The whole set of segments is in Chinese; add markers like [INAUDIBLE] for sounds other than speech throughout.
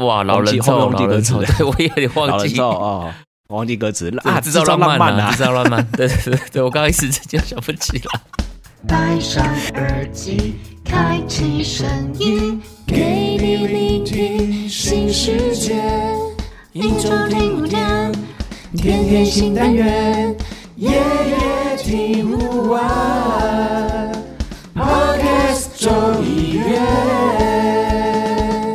哇，老忘人记后臭，面忘记老歌人词臭，了对我也有点老忘人记 [LAUGHS] 咒哦，我忘记歌词了啊，制造浪漫 [LAUGHS] 啊制，造浪漫，对对对对，我刚刚一时之间想不起来。戴上耳机，开启声音，给你聆听新世界。一周听五天，天天新单元，夜夜听不完。Podcast 周一月。 [LAUGHS]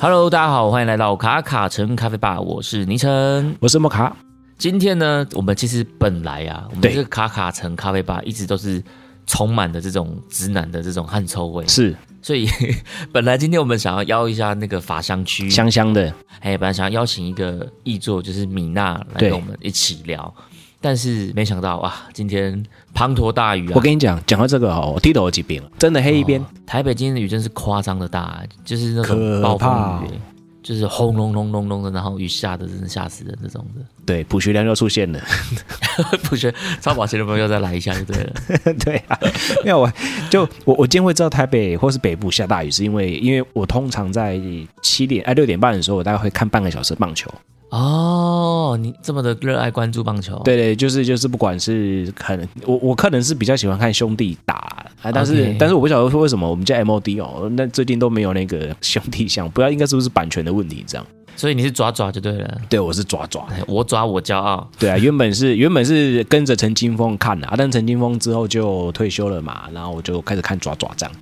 Hello，大家好，欢迎来到卡卡城咖啡吧，我是倪晨。我是莫卡，今天呢，我们其实本来啊，我们对这个卡卡城咖啡吧一直都是充满了这种直男的这种汗臭味，是所以 [LAUGHS] 本来今天我们想要邀一下那个法香区，香香的，哎，本来想要邀请一个译作就是米娜来对跟我们一起聊，但是没想到啊，今天滂沱大雨啊，我跟你讲，讲到这个哦，我剃头有几遍了，真的黑一边哦，台北今天的雨真是夸张的大，就是那种可暴怕风雨、就是轰隆隆隆隆的，然后雨下的真的吓死人这种的。 [LAUGHS] 对，朴学良又出现了， [LAUGHS] 不学超跑前的朋友再来一下就 [LAUGHS] 对了。对啊，没有，我就我我今天会知道台北或是北部下大雨，是因为因为我通常在七点哎六点半的时候，我大概会看半个小时棒球，哦，你这么的热爱关注棒球，，对对，就是就是，不管是可能我我可能是比较喜欢看兄弟打啊，但是 OK 但是我不晓得说为什么我们家 MOD 哦，那最近都没有那个兄弟像，不知道应该是不是版权的问题这样。所以你是抓抓就对了。对，我是抓抓。哎我抓我骄傲，对啊，原本是原本是跟着陈金峰看的、啊，但陈金峰之后就退休了嘛，然后我就开始看抓抓这样。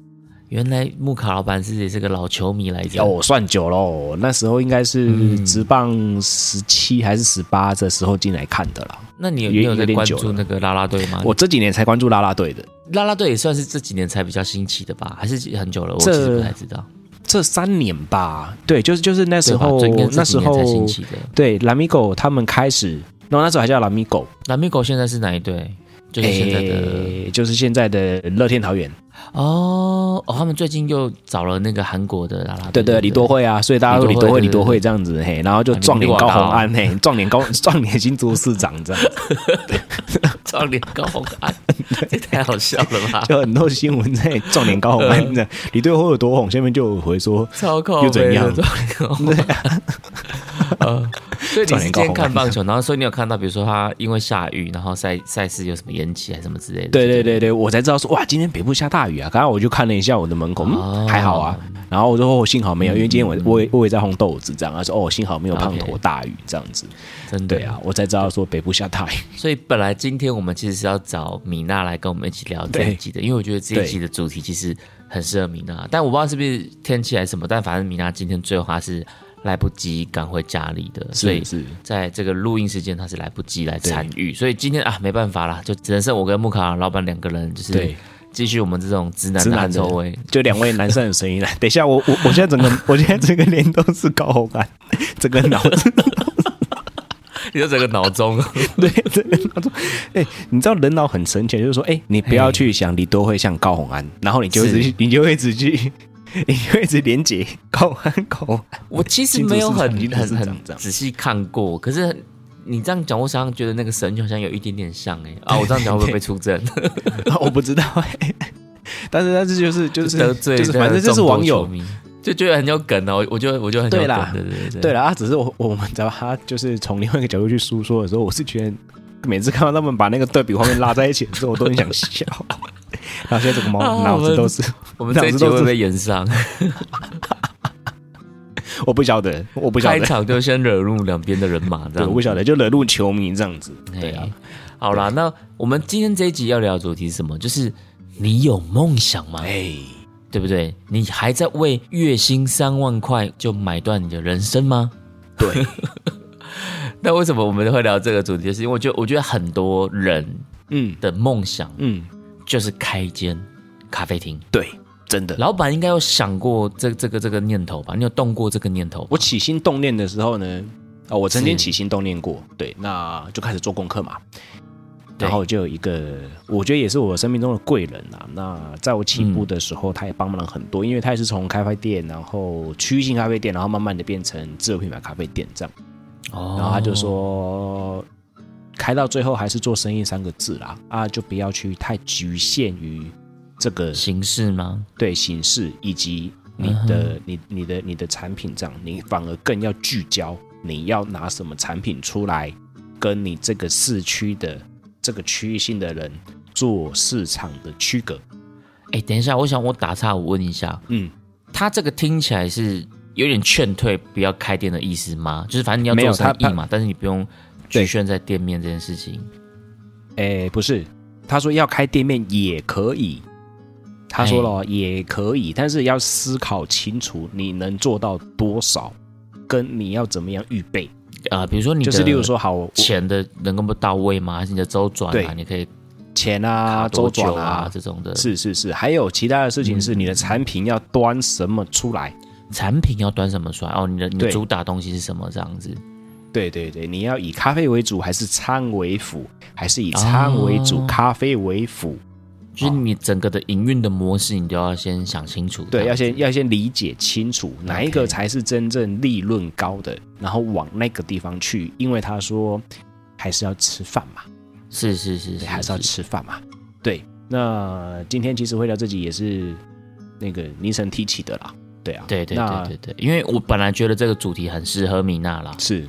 原来木卡老板是也是个老球迷来着。哦，算久喽，那时候应该是嗯职棒十七还是十八的时候进来看的啦。那你有也你有在有点关久注了那个啦啦队吗？我这几年才关注啦啦队的，啦啦队也算是这几年才比较兴起的吧，还是很久了？我其这实不太知道。这三年吧，对，就是就是那时对吧候最应该是那几时年才兴候起的。对，蓝米狗他们开始，然后那时候还叫蓝米狗，拉米狗现在是哪一队？就是现在的、诶哎就是现在的乐天桃园，哦哦，他们最近又找了那个韩国的啦啦对队对，李多惠啊，所以大家说李多李多惠惠，李多对对惠这样子，嘿，然后就啊撞脸民进高党红安，嘿，撞脸高， [LAUGHS] 撞脸新竹市长这样，撞脸高红 [LAUGHS] 安，这太好笑了吧？就很多新闻在撞脸高红安 [LAUGHS] 这样，李多惠有多红，下面就有回说，嗯超靠又怎背的 [LAUGHS] 样撞脸高红安。 [LAUGHS] 呃，所以你撞是今脸高天红安看棒球，然后所以你有看到，比如说他因为下雨，然后赛赛事有什么延期还是什么之类的？对对对对对，我才知道说，哇，今天北部下大雨啊，刚刚我就看了一下我的门口，哦嗯，还好啊，然后我说哦，幸好嗯没有，因为今天我我也我也在烘豆子这样，他说哦，幸好没有滂沱大雨这样子，不对，真的对啊，。我才知道说北部下大雨。所以本来今天我们其实是要找米娜来跟我们一起聊这一集的，因为我觉得这一集的主题其实很适合米娜，但我不知道是不是天气还是什么，但反正米娜今天最后她是来不及赶回家里的，所以是在这个录音时间她是来不及来参与，所以今天啊没办法啦，就只能剩我跟木卡老板两个人，就是对继续我们这种直男直的男汗的臭味。就两位男生的声音来。 [LAUGHS] 等一下，我我我现在整个 [LAUGHS] 我现在整个脸都是高红安， [LAUGHS] 整个 [LAUGHS] 脑子 [LAUGHS] 你就整个脑中，对，整个脑子。 [LAUGHS] 哎、你知道人脑很神奇，就是说，哎、你不要去想你多会像高红安，然后你就一直是去你就会一直去。 [LAUGHS] 你就会一直连接高红安高红 [LAUGHS] 安，我其实没有很新竹市很很长新竹市长这样仔细看过，可是你这样讲，我想觉得那个神好像有一点点像哎、啊，我这样讲会不会被出征？我不知道哎、 [LAUGHS] 但是但是就是 [LAUGHS] 就是得罪就是反正就是众多网球友迷就觉得很有梗哦，我就我就很有对梗啦对对对对了啊，只是我我们在把它就是从另外一个角度去诉说的时候，我是觉得每次看到他们把那个对比画面拉在一起的时候，我都很想 [LAUGHS] 笑。然后现在整个毛啊脑子都是，我们这一集脑子都会是被延上，我不晓得，我 [LAUGHS] 不晓开得，场就先惹怒两边的人马，这对，样我不晓得，就惹怒球迷这样子。嘿对啊，好啦，那我们今天这一集要聊的主题是什么？就是你有梦想吗？哎，对不对？你还在为月薪三万块就买断你的人生吗？对， [LAUGHS] 那为什么我们会聊这个主题？就是因为我觉得，我觉得很多人嗯的梦想嗯，就是开一间咖啡厅。对，真的。老板应该有想过这这个这个念头吧？你有动过这个念头吧？我起心动念的时候呢，啊、我曾经是起心动念过，对，那就开始做功课嘛。对然后就有一个，我觉得也是我生命中的贵人啊。那在我起嗯步的时候，他也帮忙了很多，因为他也是从咖啡店，然后区域性咖啡店，然后慢慢的变成自有品牌咖啡店这样。哦然后他就说，开到最后还是做生意三个字啦，啊，就不要去太局限于这个形式吗？对形式以及你嗯的、你、你的、你的产品这样，你反而更要聚焦，你要拿什么产品出来，跟你这个市区的这个区域性的人做市场的区隔。哎、等一下，我想我打岔，我问一下，嗯，他这个听起来是有点劝退不要开店的意思吗？就是反正你要没有做生意他嘛，但是你不用局限在店面这件事情。哎，不是，他说要开店面也可以，他说了哎哦也可以，但是要思考清楚你能做到多少，跟你要怎么样预备。呃，比如说你的就是例如说，好，我钱的能够不到位吗？还是你的周转啊？对你可以钱啊、卡周多转久啊，这种的。嗯是是是，还有其他的事情是你的产品要端什么出来。产品要端什么出来？哦，你的你的对主打东西是什么？这样子。对对对，你要以咖啡为主，还是餐为辅，还是以餐为主，哦咖啡为辅？就是你整个的营运的模式，你都要先想清楚。这对，要样子先要先理解清楚哪一个才是真正利润高的，然后往那个地方去。因为他说还是要吃饭嘛，是是是是，对，还是要吃饭嘛。对，那今天其实会聊这集也是那个尼神提起的啦。对啊，对对那对对对，因为我本来觉得这个主题很适合米娜啦，是，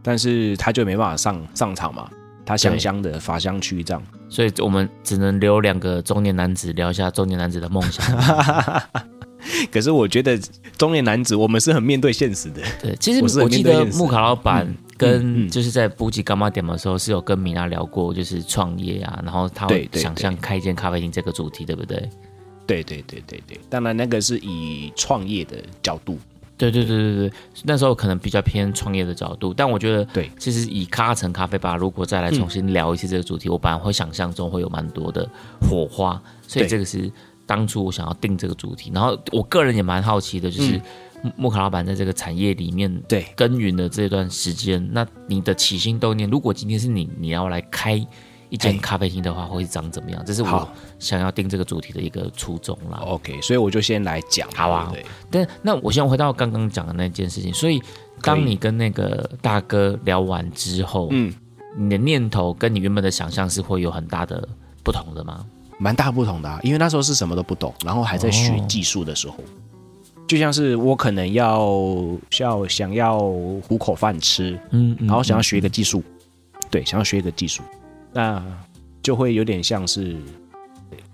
但是他就没办法上上场嘛，他香香的法香区这样。 [LAUGHS] 所以我们只能留两个中年男子聊一下中年男子的梦想。可是我觉得中年男子，我们是很面对现实的。对，其实我是我很记面对得现实木卡老板嗯跟嗯就是在布吉干妈点的时候是有跟米娜聊过，就是创业啊，然后他对会对想象开一间咖啡厅这个主题，对不对？ [LAUGHS] 对对对对对，当然那个是以创业的角度，对对对对对，那时候可能比较偏创业的角度，但我觉得对嗯其实以咖城咖啡吧，如果再来重新聊一次这个主题，我本来会想象中会有蛮多的火花，所以对这个是当初我想要定这个主题。然后我个人也蛮好奇的，就是木木卡老板在这个产业里面嗯对耕耘的这段时间，那你的起心动念，如果今天是你你要来开一间哎咖啡厅的话，会是长怎么样？这是我好想要定这个主题的一个初衷啦。 OK，所以我就先来讲。好啊对不对但那我先回到刚刚讲的那件事情，所以当你跟那个大哥聊完之后，嗯，你的念头跟你原本的想象是会有很大的不同的吗？蛮大不同的、啊，因为那时候是什么都不懂，然后还在学哦技术的时候，就像是我可能要要想要糊口饭吃，嗯，嗯然后想要学一个技术，对，想要学一个技术，那就会有点像是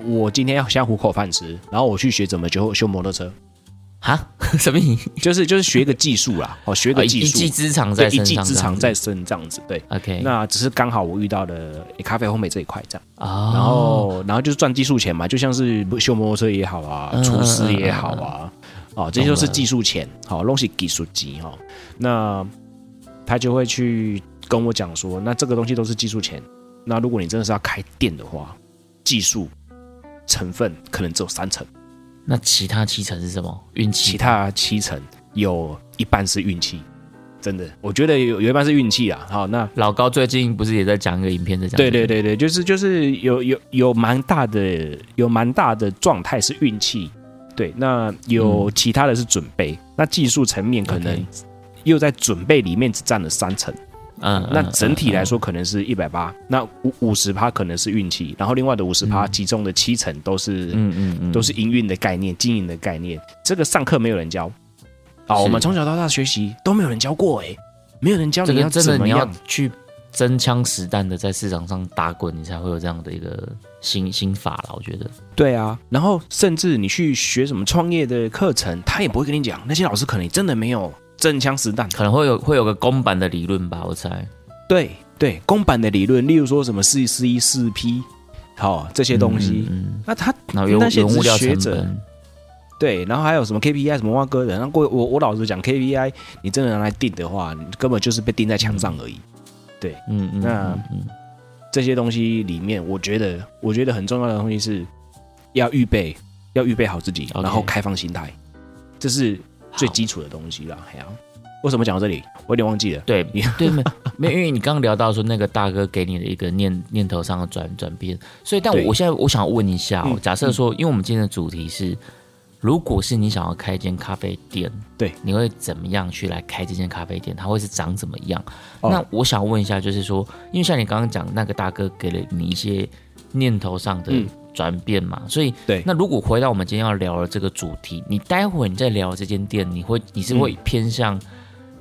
我今天要想糊口饭吃，然后我去学怎么修修摩托车，哈 [LAUGHS] 什么意思？就是就是学一个技术 [LAUGHS] 啦，哦，学一个一技术，技之长对在哦身一技上，这之样长子在身这样子，对。 OK 那只是刚好我遇到了诶咖啡烘焙这一块这样，啊，然后然后就是赚技术钱嘛，就像是修摩托车也好嗯啊，厨师也好嗯啊，哦，这些都是技术钱，好，东西技术级哈。那他就会去跟我讲说，那这个东西都是技术钱，那如果你真的是要开店的话，技术成分可能只有三嗯成，那其他七成是什么？运气？其他七成有一半是运气，真的，我觉得有有一半是运气啦。好，那老高最近不是也在讲一个影片在讲这对个？对对对，就是就是有有有蛮大的有蛮大的状态是运气，对，那有其他的是准备，那技术层面可能嗯 OK 又在准备里面只占了三成，嗯，嗯，那嗯整体来，嗯说可能是一百八，那五五十趴可能是运气，然后另外的五十趴其中的七成都是、嗯嗯嗯，都是营运的概念、经营的概念，这个上课没有人教，啊，是我们从小到大学习都没有人教过哎、没有人教这你个要真怎的么你要样。去真枪实弹的在市场上打滚，你才会有这样的一个心心法啦。我觉得，对啊，然后甚至你去学什么创业的课程，他也不会跟你讲。那些老师可能真的没有真枪实弹。可能会有会有个公版的理论吧，我猜。对对，公版的理论，例如说什么四四一四 P，好、这些东西，嗯，嗯嗯那他然后原那些原物料只是成学者本，对，然后还有什么 KPI 什么挖哥的，那我我我老实讲，KPI 你真的拿来定的话，你根本就是被钉在墙上而已。嗯嗯，那嗯嗯这些东西里面，我觉得我觉得很重要的东西是要预备，要预备好自己 OK 然后开放心态，这是最基础的东西啦。哎呀、为什么讲到这里？我有点忘记了。 [LAUGHS] 对你对没没有，因为你刚刚聊到说那个大哥给你的一个念念头上的转转变，所以但对我现在我想问一下哦，嗯假设说，因为我们今天的主题是，如果是你想要开一间咖啡店，对，你会怎么样去来开这间咖啡店？它会是长怎么样？哦那我想问一下，就是说，因为像你刚刚讲那个大哥给了你一些念头上的嗯转变嘛。所以，对那如果回到我们今天要聊的这个主题，你待会你再聊这间店，你会你嗯是会偏向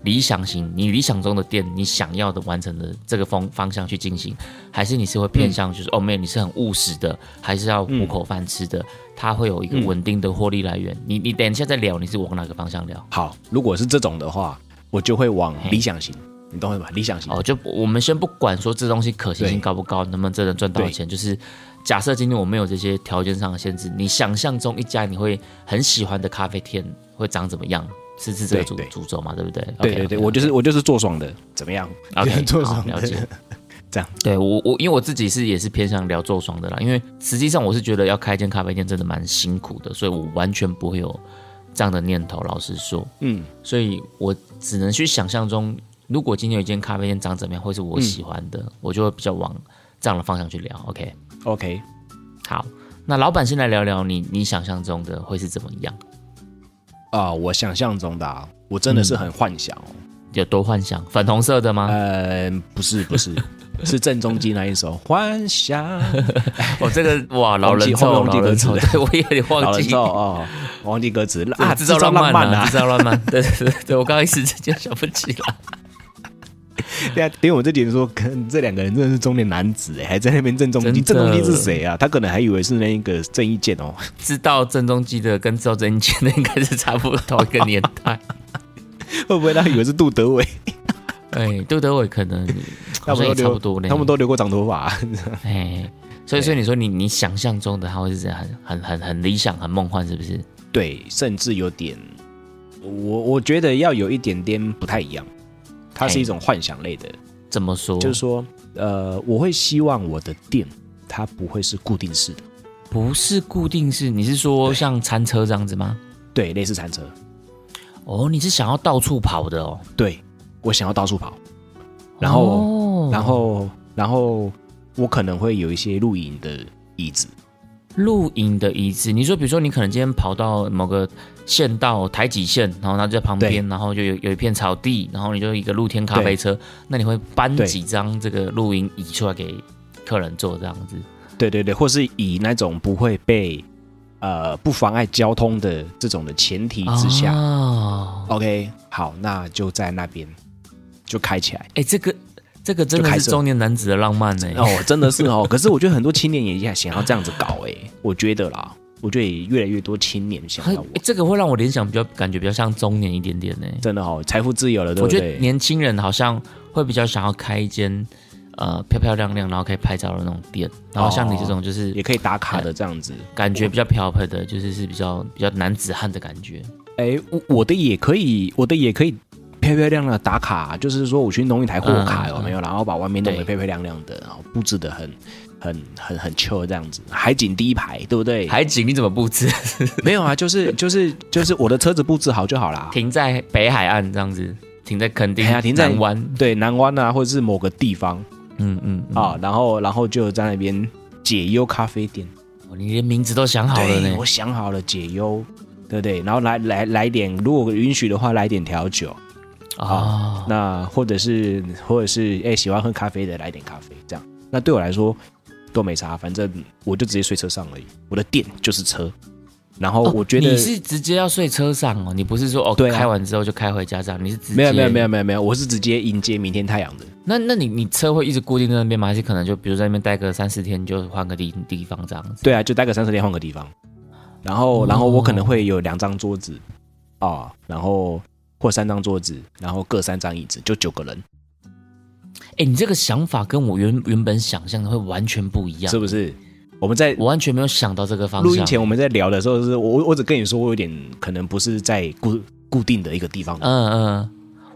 理想型，你理想中的店，你想要的完成的这个方方向去进行，还是你是会嗯偏向就是、哦没有，你是很务实的，还是要糊口饭吃的？嗯它会有一个稳定的获利来源。你你等一下再聊，你是往哪个方向聊？好，如果是这种的话，我就会往理想型，你懂吗？理想型，哦，就我们先不管说这东西可行性嗯对高不高，能不能真的赚到钱，就是假设今天我们有这些条件上的限制，你想象中一家你会很喜欢的咖啡店会长怎么样？是是这个对主对主轴嘛，对不对？对 OK，对对， OK，我就是我就是做爽的，怎么样？ [LAUGHS] 就是 OK，做好爽了解的，这样对我我因为我自己是也是偏向聊做爽的啦，因为实际上我是觉得要开一间咖啡店真的蛮辛苦的，所以我完全不会有这样的念头。老实说， [LAUGHS] 嗯，所以我只能去想象中，如果今天有一间咖啡店长怎么样，会是嗯我喜欢的，我就会比较往这样的方向去聊。OK， ，OK，好，那老板先来聊聊你你想象中的会是怎么样，啊、我想象中的、啊，我真的嗯是很幻想哦。有多幻想？粉红色的吗？呃，不是不是， [LAUGHS] 是郑中基那一首《幻想》，哦，这个哇，老人后臭，面老忘记人歌词臭，了对我也有点忘 [LAUGHS] 老人记咒。哦，忘记歌词了啊，制造浪浪漫啊，[LAUGHS] 啊制！造浪漫，对对对对，我刚刚一时之间想不起来。 [LAUGHS] 对啊，因为我这点说，跟这两个人真的是中年男子哎，还在那边郑中基，真郑的中基是谁啊？他可能还以为是那个 [LAUGHS] 郑伊健哦，知道郑中基的跟知道郑伊健的应该是差不多同一个年 [LAUGHS] 代。会不会他以为是杜德伟？哎，杜德伟可能 [LAUGHS] 他好像们都也差留，不多呢，他们都留过长头发、哎，所以所以你说你你想象中的他会是这样很很很很理想很梦幻是不是？对，甚至有点，我我觉得要有一点点不太一样，它是嘿一种幻想类的，怎么说？就是说，呃，我会希望我的店它不会是固定式的，不是固定式，你是说像餐车这样子吗？对，类似餐车，哦，你是想要到处跑的哦。对我想要到处跑，然后哦然后然后我可能会有一些露营的椅子，露营的椅子，你说比如说你可能今天跑到某个县道台几线，然后它就在旁边，然后就有有一片草地，然后你就一个露天咖啡车，那你会搬对几张这个露营椅出来给客人坐这样子？对对对，或是以那种不会被呃不妨碍交通的这种的前提之下、哦 o k 好，那就在那边就开起来。哎、这个这个真就的开是车中年男子的浪漫呢、哦，真的是哦。可是我觉得很多青年也想要这样子搞哎、我觉得啦，我觉得也越来越多青年想很 [LAUGHS] 要我，欸这个会让我联想比较感觉比较像中年一点点呢、真的哦，财富自由了，对我不觉得对？年轻人好像会比较想要开一间呃漂漂亮亮，然后可以拍照的那种店。然后像你这种就是也可以打嗯卡的这样子。感觉比较漂泊的，就是是比较比较男子汉的感 [LAUGHS] 觉。哎，我我的也可以，我的也可以漂漂亮亮的打卡，就是说我去弄一台货卡嗯有没有？然后把外面弄得对漂漂亮亮的，然后布置的很很很很 chill 这样子，海景第一排，对不对？海景你怎么布 [LAUGHS] 置？没有啊，就是就是就是我的车子布置好就好啦。停在北海岸这样子，停在垦丁，哎呀停在南湾。对，南湾啊，或者是某个地方嗯嗯嗯啊，然后然后就在那边解忧咖啡店。哦你连名字都想好了对呢我。想好了解忧，对不对？然后来来来点，如果允许的话，来点调酒。哦，那或者是或者是哎、喜欢喝咖啡的来点咖啡，这样。那对我来说都没差，反正我就直接睡车上而已。我的店就是车，然后哦我觉得、你是直接要睡车上哦，你不是说哦对啊开完之后就开回家这样，你是直接没有没有没有没有没有，我是直接迎接明天太阳的。那那你你车会一直固定在那边吗？还是可能就比如在那边待个三四天，你就换个地地方这样子？对啊，就待个三十天换个地方，然后然后我可能会有两张桌子啊、然后或三张桌子，然后各三张椅子，就九个人，哎，你这个想法跟我原原本想象的会完全不一样，是不是？我们在我完全没有想到这个方向。录音前我们在聊的时候是，我我只跟你说，我有点可能不是在固固定的一个地方的，嗯嗯，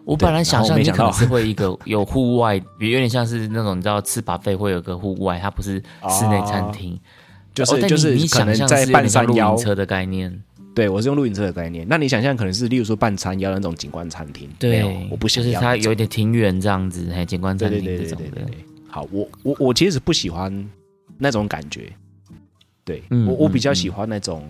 我对本来想然后象没你想可能到是会一个有户外，比如有点像是那种你知道吃 buffet 会有个户外，它不是室内餐厅，就哦是但就你是你可想能象在是有半点像山露腰营，车的概念，对我是用露营车的概念。那你想象可能是，例如说半山腰那种景观餐厅，没对有，我不就想是要它那种有一点庭园这样子，还景观对餐对厅对这对种对对的。对。好，我我我其实不喜欢那种感觉，对、嗯我我比较嗯喜欢那种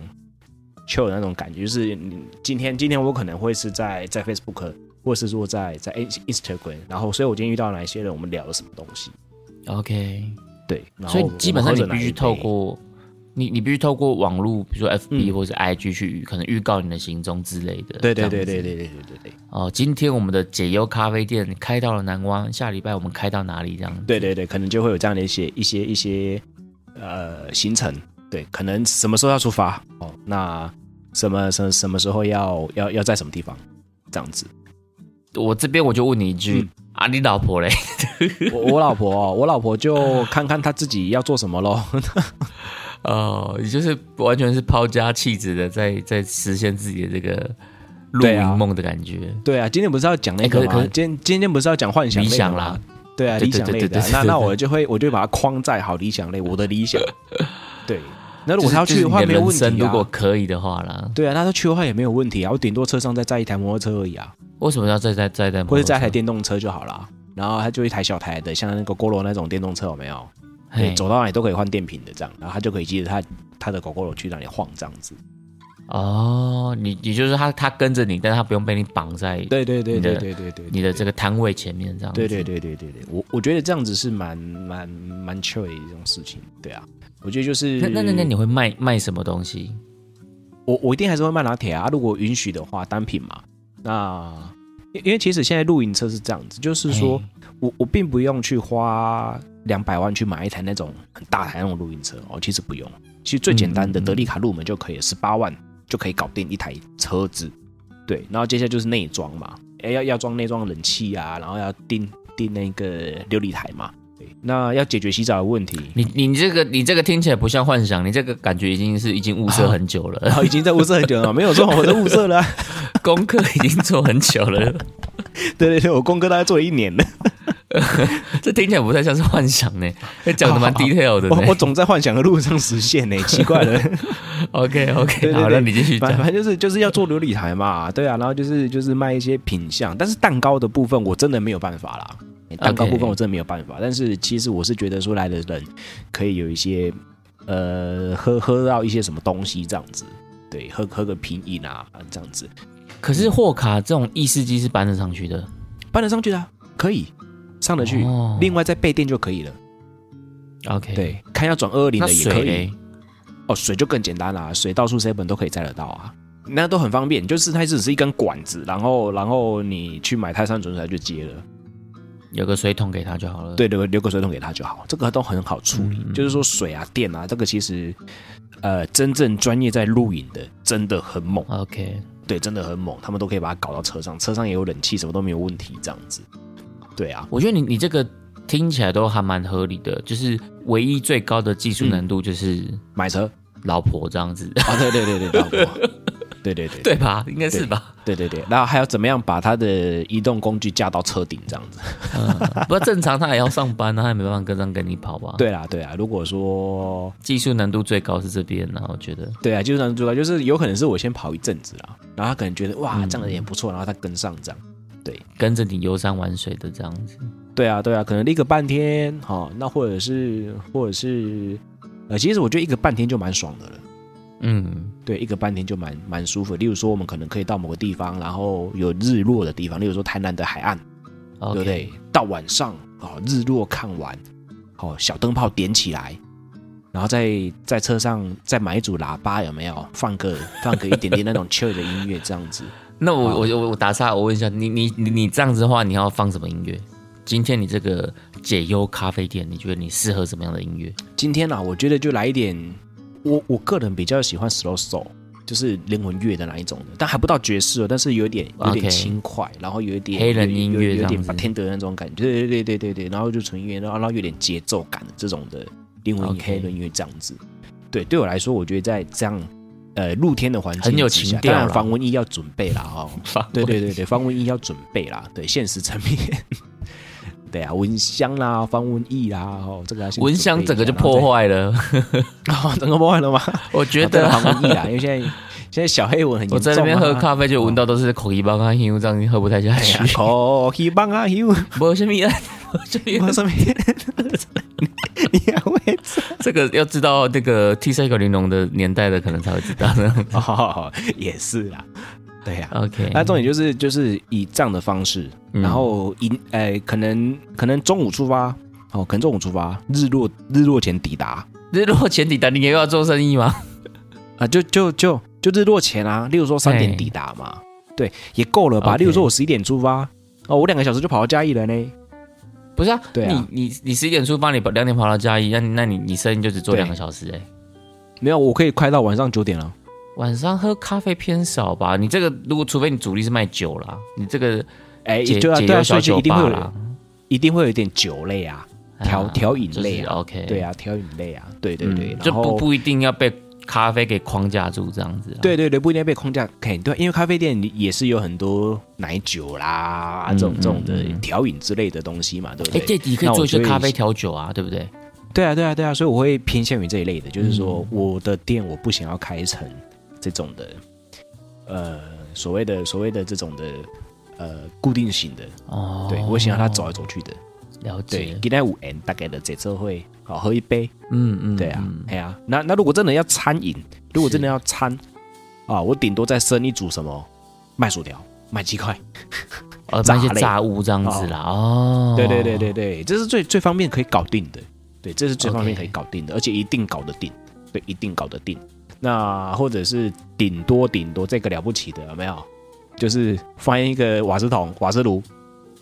chill 的那种感觉，就是你今天今天我可能会是在在 Facebook 或是说在在 Instagram，然后所以我今天遇到哪一些人，我们聊了什么东西， OK，对，然后所以我们基本上喝你着哪嗯必一须杯透过你你必须透过网络，比如说 FB 或是 IG 去预、可能预告你的行踪之类的。对这对样对子对对对对对对哦，今天我们的解忧咖啡店开到了南湾，下礼拜我们开到哪里这样子？对对对，可能就会有这样的一些一些一些呃行程，对，可能什么时候要出发哦，那什么什么什么时候要要要在什么地方这样子。 [LAUGHS] 我这边我就问你一句、啊，你老婆嘞？我我老婆、哦，我老婆就看看她自己要做什么喽。 [LAUGHS] 哦，你就是完全是抛家弃子的，在在实现自己的这个露对营啊梦的感觉。 [LAUGHS] 对啊，今天不是要讲那哎可个是吗？可是今天今天不是要讲幻想理类的想吗啦，对啊，对理对想对类对的啊对，对那对那对我就会我就会把它框在好理想类，我的 [LAUGHS] 理想。对，那如如果他要去的话，没有问题啊。如果可以的话啦，对啊，那他去的话也没有问题啊，我顶多车上再载一台摩托车而已啊，为什么要再再再再或者载一台电动车就好啦。然后他就一台小台的，像那个锅炉那种电动车有没有？对，嘿走到哪里都可以换电瓶的这样，然后他就可以接着他他的狗狗去哪里晃这样子。哦，你你就是他他跟着你，但他不用被你绑在对对对你对的对对对，你的这个摊位前面这样子。对对对对对对，我我觉得这样子是蛮蛮蛮 chill 的一种事情，对啊，我觉得就是那那那那你会卖卖什么东西？我我一定还是会卖拿铁啊，如果允许的话，单品嘛。那因因为其实现在露营车是这样子，就是说我我并不用去花两百万去买一台那种很大台那种露营车哦，其实不用，其实最简单的嗯嗯嗯德利卡入门就可以了，十八万就可以搞定一台车子。对，然后接下来就是内装嘛，哎要要装内装冷气啊，然后要订订那个琉璃台嘛。对，那要解决洗澡的问题，你你这个你这个听起来不像幻想，你这个感觉已经是已经物色很久然了，后已经在物色很久了嘛，没有说我在物色了啊、 [LAUGHS] 功课已经做很久了，对对对，我功课大概做了一年了。这听起来不太像是幻想呢，哎讲的蛮 detail 的我我呢。总在幻想的路上实现呢、奇怪了。 OK 对 OK，对好，对那你继续反讲反。正就是就是要做琉璃台嘛，对啊，然后就是就是卖一些品相，但是蛋糕的部分我真的没有办法啦。蛋糕部分我真的没有办法但是其实我是觉得说来的人可以有一些呃喝喝到一些什么东西这样子，对，喝喝个品饮啊这样子可是货卡这种意式机是搬得上去的，搬得上去的啊、可以上得去，哦另外再备电就可以了。 OK，，对，看要转二二零那的也水可以。嘞哦，水就更简单啦，水到处 seven 都可以载得到啊，那都很方便。就是它只是一根管子，然后然后你去买泰山纯水它就接了，有个水桶给他就好了。对，留个留个水桶给他就好，这个都很好处理。就是说水啊、电啊，这个其实呃，真正专业在露营的真的很猛， ，OK，对，真的很猛，他们都可以把它搞到车上，车上也有冷气，什么都没有问题，这样子。对啊，我觉得你你这个听起来都还蛮合理的，就是唯一最高的技术难度就是买车老婆这样子，啊，对对对对，老婆，对对 [LAUGHS] 对对吧？应该是吧？对对对，然后还有怎么样把它的移动工具架到车顶这样子。嗯，不过正常他也要上班啊，他也没办法跟上跟你跑吧？，对啦，对啦，如果说技术难度最高是这边呢、我觉得。对啊，就是这样做到，就是有可能是我先跑一阵子啦，然后他可能觉得哇，这样的也不错，然后他跟上这样。跟着你游山玩水的这样子，对啊，对啊，可能一个半天，哈、那或者是或者是，呃，其实我觉得一个半天就蛮爽的了。嗯，对，一个半天就蛮蛮舒服的。例如说，我们可能可以到某个地方，然后有日落的地方，例如说台南的海岸， o 对不对？到晚上哦，日落看完，哦，小灯泡点起来，然后再在车上再买一组喇叭，有没有？放个放个一点点那种 chill 的音乐，这样子。那我我我我打岔，我问一下，你你你你这样子的话，你要放什么音乐？今天你这个解忧咖啡店，你觉得你适合什么样的音乐？今天啊，我觉得就来一点，我我个人比较喜欢 slow soul，就是灵魂乐的那一种的，但还不到爵士哦，但是有一点有点 OK 轻快，然后有一点黑人音乐有有有这样点子 bartender 的那种感觉，对对对对对对，然后就纯音乐，然后然后有点节奏感的这种的灵魂 OK 黑人音乐这样子。对，对我来说，我觉得在这样呃露天的环境很有之下情调当然啦防蚊衣要准备啦哦，对对对对，防蚊衣要准备啦， [LAUGHS] 对，现实层面。 [LAUGHS] 对啊，蚊香啦，防蚊液啦，哦，这个要先蚊准备香一整个就下然后再破坏了，哦， [LAUGHS] 整个破坏了吗？我 [LAUGHS] 觉啊对得了啊、防蚊液啦，因为现在现在小黑蚊很严重、啊、我在那边喝 [LAUGHS] 咖啡就闻到都是口气包干因为这样喝不太下去哎呀。 [LAUGHS] 口气棒 [LAUGHS] 啊，有没什么意思，没什么我意思上面， [LAUGHS] 你你还会吃？这个要知道那个 T 三九玲珑的年代的可能才会知道。 [LAUGHS] [LAUGHS] 哦，也是啦，对呀、 OK，那重点就是就是以这样的方式，嗯然 [LAUGHS] 后哎一呃，可能可能中午出发，哦，可能中午出发，日落日落前抵达，日落前抵达，你也要做生意吗？啊，就就就就日落前啊，例如说三点抵达嘛，对，也够了吧 OK 例如说我十一点出发，哦，我两个小时就跑到嘉义了呢，不是啊，对啊你你你十一点出发，你两点跑到嘉义，那你那你你生意就只做对两个小时哎、没有，我可以快到晚上九点了。晚上喝咖啡偏少吧？你这个如果除非你主力是卖酒啦，你这个哎，解对啊，解对啊，忧小所以就酒一定会吧有啦，一定会有一点酒类啊，调啊调饮类就是啊 OK，对啊，调饮类啊，对对嗯对，就然后不不一定要被咖啡给框架住这样子啊啦。对对对，不一定要被框架。肯对，因为咖啡店里也是有很多奶酒啦、啊这种这种的嗯嗯调饮之类的东西嘛，对不哎，对？这你可以那我做一些就会咖啡调酒啊，对不对？对啊，对啊，对啊，所以我会偏向于这一类的，就是说嗯我的店我不想要开成这种的，呃，所谓的所谓的这种的呃固定型的，哦，对我想要它走来走去的，了对解，，今天五 N 大概的这周会好喝一杯，嗯嗯，对啊嗯，哎呀、那那如果真的要餐饮，如果真的要餐啊，我顶多再生一组什么卖薯条，卖鸡块，哦，炸那些类炸物这样子啦，哦，对对对对对，这是最最方便可以搞定的，对，这是最 OK 方便可以搞定的，而且一定搞得定，对，一定搞得定。那或者是顶多顶多这个了不起的有没有？就是放一个瓦斯桶、瓦斯炉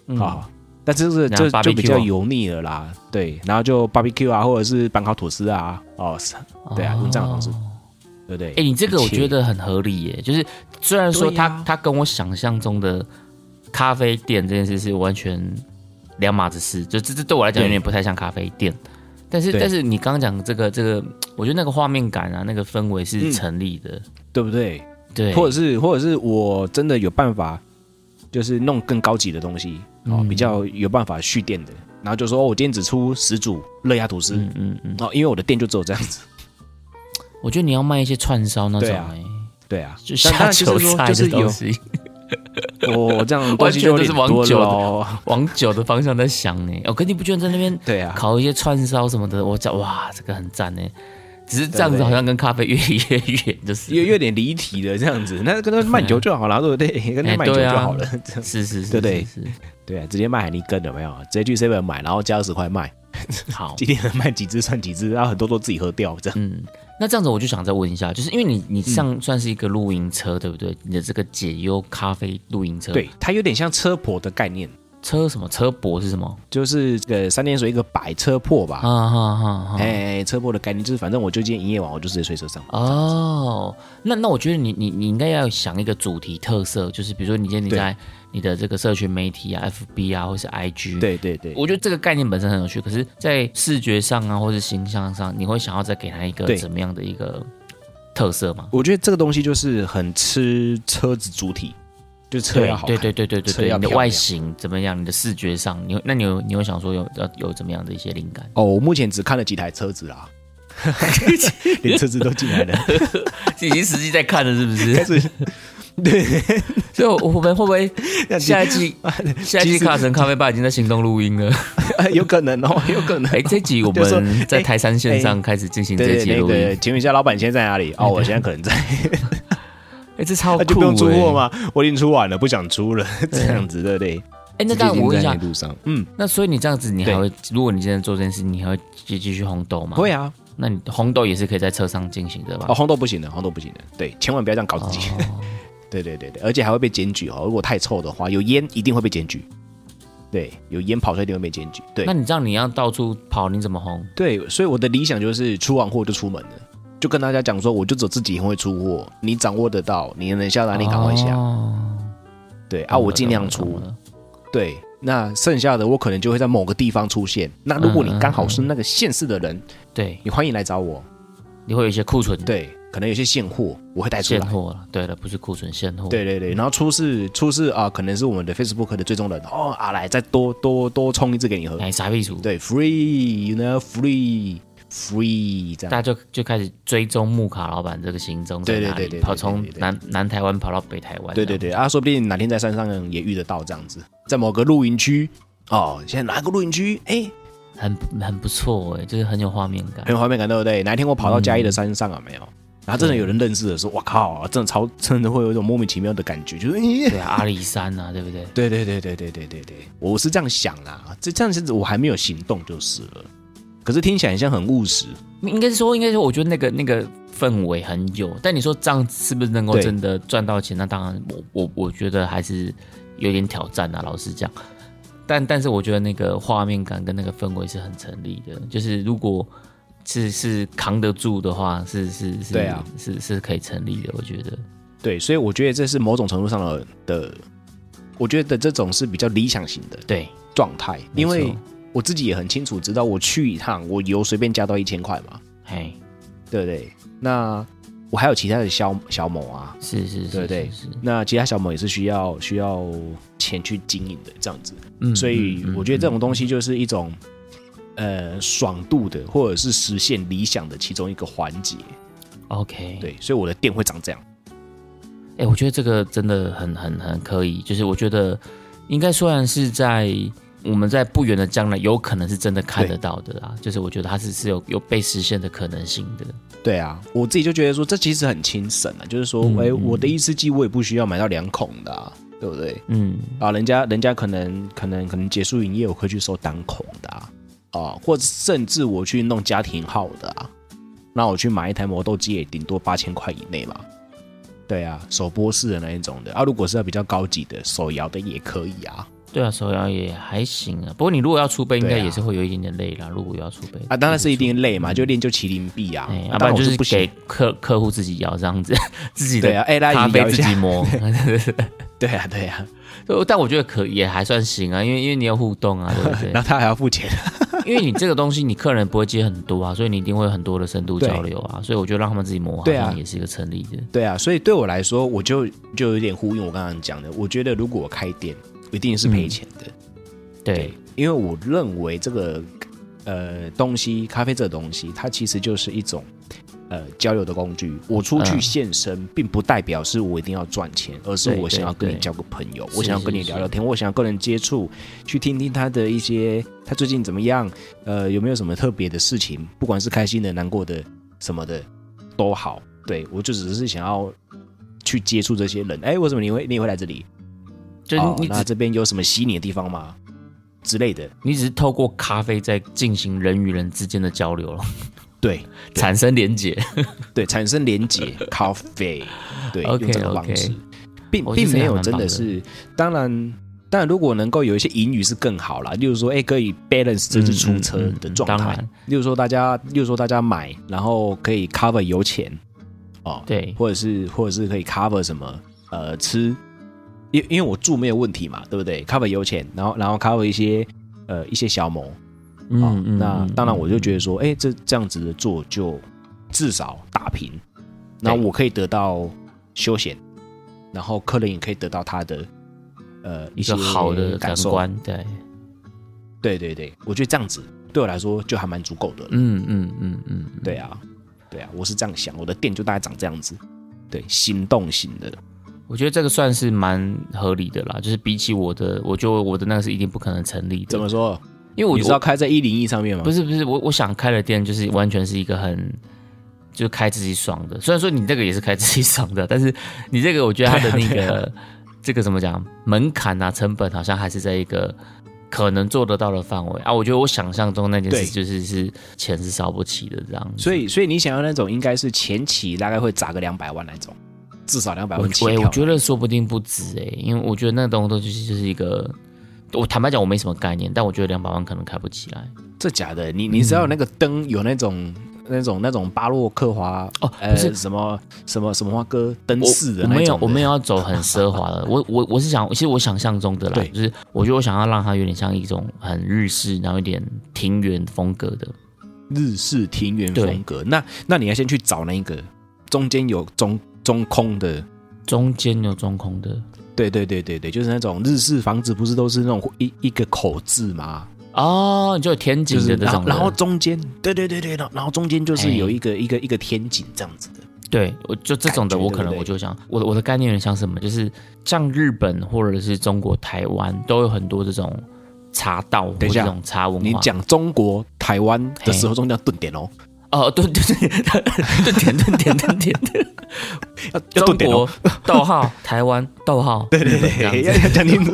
嗯，啊，但这是那这 barbecue 就比较哦油腻了啦，对，然后就 barbecue 啊，或者是板烤吐司啊，哦，是对啊，用这样的方式哦，对不对？哎、你这个我切觉得很合理耶，就是虽然说对它、啊它跟我想象中的咖啡店这件事是完全两码子事，就这这对我来讲对有点不太像咖啡店。但是对但是你刚刚讲这个这个，我觉得那个画面感啊，那个氛围是嗯成立的，对不对？对，或者是或者是我真的有办法，就是弄更高级的东西哦，嗯比较有办法蓄电的，然后就说、哦我今天只出十组热压吐司、嗯嗯嗯，哦，因为我的店就只有这样子。我觉得你要卖一些串烧那种对哎、啊对啊，就但下但就酒是说菜的就是东有西，我这样完东西全就有都是点往多酒了的哦。往酒的方向在想呢、哦，可你不觉得在那边对啊，烤一些串烧什么的，我讲哇，这个很赞呢。只是这样对子对好像跟咖啡越越远，就是有有点离题的这样子，那跟他卖酒就好了，对 [LAUGHS] 不对？跟他卖酒对就啊好了，这 [LAUGHS] 样是是是，对对是是对啊，直接卖海尼根有没有？直接去 seven 买，然后加二十块卖，好， [LAUGHS] 今天卖几支算几支，然后很多都自己喝掉这样。嗯，那这样子我就想再问一下，就是因为你嗯你上算是一个露营车，对不对？你的这个解忧咖啡露营车，对，，它有点像车婆的概念。车什么车博是什么？就是这个三点水一个百车破吧，啊哈哈哈。哎、车破的概念就是，反正我就今天营业完，我就直接睡车上。哦，那那我觉得你你你应该要想一个主题特色，就是比如说你今天你对在你的这个社群媒体啊、FB 啊，或是 IG，对对对，我觉得这个概念本身很有趣，可是，在视觉上啊，或是形象上，你会想要再给它一个对怎么样的一个特色吗？我觉得这个东西就是很吃车子主体，就是车要好看。对对对对对车对，要你的漂亮外形怎么样？你的视觉上，你会那你有你会想说有要有怎么样的一些灵 [LAUGHS] 感？哦，我目前只看了几台车子 [LAUGHS] 啦，连车子都进来了，已经实际在看了，是不 [LAUGHS] 但是？是对，所以我我们会不会下一 [LAUGHS] 季下一季其实卡神咖啡吧已经在行动录音了？有可能哦，有可能。 [LAUGHS] 哎，这集我就说们在台山线上开始进行这对一集对的那录个，音，请问一下，老板现在在哪里？哦，我现在可能在，哎，这超那 [LAUGHS] 就酷不用出货哎！吗？我已经出完了，不想出了，这样子，对不对？哎，那直接但已经我问一在下，路上，嗯，那所以你这样子，你还对会，如果你今天做这件事，你还会继继续红豆吗？会啊，那你红豆也是可以在车上进行的吧？哦，烘豆不行的，烘豆不行的，对，千万不要这样搞自己。哦 [LAUGHS] 对对对对，而且还会被检举哦，如果太臭的话，有烟一定会被检举。对，有烟跑出来一定会被检举。对那你这样你要到处跑，你怎么红？对，所以我的理想就是出完货就出门了，就跟大家讲说，我就只有自己会出货，你掌握得到，你能下啊单，你赶快下。哦对啊，我尽量。懂了出懂。了对，那剩下的我可能就会在某个地方出现。那如果你嗯嗯刚好是那个县市的人，对，你欢迎来找我。你会有一些库存对，可能有些现货我会带出现来。货了。对了，不是库存现货。对对对，然后出事出事啊，可能是我们的 Facebook 的追踪人哦啊，来再多多多冲一支给你喝，哎，傻逼族，对，free，you know，free free 这样，大家就就开始追踪木卡老板这个行踪在哪里，啊对对对对对对跑从对对对南南台湾跑到北台湾。对对这样。对啊，说不定哪天在山上也遇得到这样子，在某个露营区哦，现在哪个露营区哎，很很不错哎，就是很有画面感很。有画面感，对不对？哪一天我跑到嘉义的山上啊，没有。然后真的有人认识的时候，哇靠，真的超真的会有一种莫名其妙的感觉，就是，咦对啊，阿里山啊，对不对？对对对对对对对对，我是这样想啦，这这样子我还没有行动就是了。可是听起来很像很务实，应该是说，应该说，我觉得那个那个氛围很有。但你说这样是不是能够对真的赚到钱？那当然我，我我觉得还是有点挑战啊。老实讲，但但是我觉得那个画面感跟那个氛围是很成立的。就是如果是是扛得住的话，是是是，对啊，是是可以成立的。我觉得，对，所以我觉得这是某种程度上的的，我觉得这种是比较理想型的对状态，没因为错我自己也很清楚知道，我去一趟，我油随便加到一千块嘛，嘿，对不对？那我还有其他的消消某啊，是是是，对不对是是那其他小某也是需要需要钱去经营的这样子，嗯所以嗯嗯我觉得这种东西就是一种。呃，爽度的，或者是实现理想的其中一个环节，哎 OK，对，所以我的店会长这样。哎、我觉得这个真的很很很可以，就是我觉得应该虽然是在我们在不远的将来，有可能是真的看得到的啦。就是我觉得它是是有有被实现的可能性的。对啊，我自己就觉得说，这其实很轻省啊，就是说，嗯哎、嗯我的一次机我也不需要买到两孔的、啊，对不对？嗯，啊，人家人家可能可能可能结束营业，我可以去收单孔的啊，啊，或者甚至我去弄家庭号的啊，那我去买一台磨豆机也顶多八千块以内嘛。对啊，手拨式的那一种的啊，如果是要比较高级的，手摇的也可以啊。对啊，手摇也还行啊。不过你如果要出杯，应对啊该也是会有一点点累啦。如果要出杯啊，当然是一定累嘛，就练就麒麟臂啊嗯哎，，要、啊不然我就是不给行。客客户自己摇这样子， [LAUGHS] 自己对的啊哎那你咖啡摇一自下己磨。对啊，对啊， [LAUGHS] 对但我觉得可也还算行啊，因为因为你要互动啊，对不 [LAUGHS] 对？然后他还要付钱。因为你这个东西，你客人不会接很多啊，所以你一定会有很多的深度交流啊，所以我觉得让他们自己磨好对啊像也是一个成立的。对啊，所以对我来说，我就就有点呼应我刚刚讲的，我觉得如果我开店，一定是赔钱的。对，因为我认为这个呃东西，咖啡这个东西，它其实就是一种呃交流的工具。我出去嗯现身，并不代表是我一定要赚钱，而是对我想要对跟你对交个朋友，是我想要跟你是聊聊天，我想要跟人接触，去听听他的一些他最近怎么样，呃，有没有什么特别的事情，不管是开心的、难过的什么的都好。对我就只是想要去接触这些人。哎，为什么你会你也会来这里？就哦你只、那这边有什么吸引你的地方吗？之类的。你只是透过咖啡在进行人与人之间的交流了，对，产生连 [LAUGHS] 结。对，产生连结，咖啡，对 OK，用这个方式 OK 并我觉得并没有这样蛮真棒的的是，当然，当然如果能够有一些引语是更好啦，例如说，哎、可以 balance 这嗯支嗯出车嗯的嗯状当态，然例如说大家，例如说大家买，然后可以 cover 油钱，哦，对或者是或者是可以 cover 什么，呃，吃，因因为我住没有问题嘛，对不对？cover 油钱，然后然后 cover 一些呃一些小谋，嗯哦，那嗯当然我就觉得说，哎、这这样子的做就至少打平，然后我可以得到休闲，然后客人也可以得到他的呃一些个好的感感受。官，对，对对对，我觉得这样子对我来说就还蛮足够的了。嗯嗯嗯嗯，嗯对啊，对啊，我是这样想，我的店就大概长这样子。对，行动型的，我觉得这个算是蛮合理的啦，就是比起我的，我就我的那个是一定不可能成立的，怎么说？因为我你知道开在一零一上面吗？不是不是，我我想开的店就是完全是一个很就开自己爽的。虽然说你这个也是开自己爽的， [LAUGHS] 但是你这个我觉得它的那啊个、这个怎么讲门槛啊、成本好像还是在一个可能做得到的范围啊。我觉得我想象中那件对事就是是钱是烧不起的这样子。所以所以你想要那种应该是前期大概会砸个两百万那种，至少两百我万起我我跳。觉得说不定不止哎、因为我觉得那东东西就是一个，我坦白讲我没什么概念，但我觉得两百万可能开不起来。这假的？你你知道那个灯有那种、那种那种巴洛克华哦呃不是什么什么什么花哥灯我饰的我那没有种，我没有要走很奢华的，我我我是想，其实我想象中的啦对，就是我觉得我想要让它有点像一种很日式，然后有点庭园风格的。 [LAUGHS] 日式庭园风格。那那你要先去找那个中间有中中空的。中间有中空的对对对对对，就是那种日式房子，不是都是那种一一个口字吗？哦，你就有天井就是的这然种后的然后中间，对对对对，然后然后中间就是哎有一个一个一个天井这样子的。对，我就这种的，感觉我可对能不对我就想，我的我的概念有点像什么，就是像日本或者是中国台湾都有很多这种茶道或等一下这种茶文化。你讲中国台湾的时候，中间要顿点哦，哦，对对对，对点对点对点，要要中顿点哦 [LAUGHS] [LAUGHS] 国。逗号台湾逗号，对对对，要要讲清楚。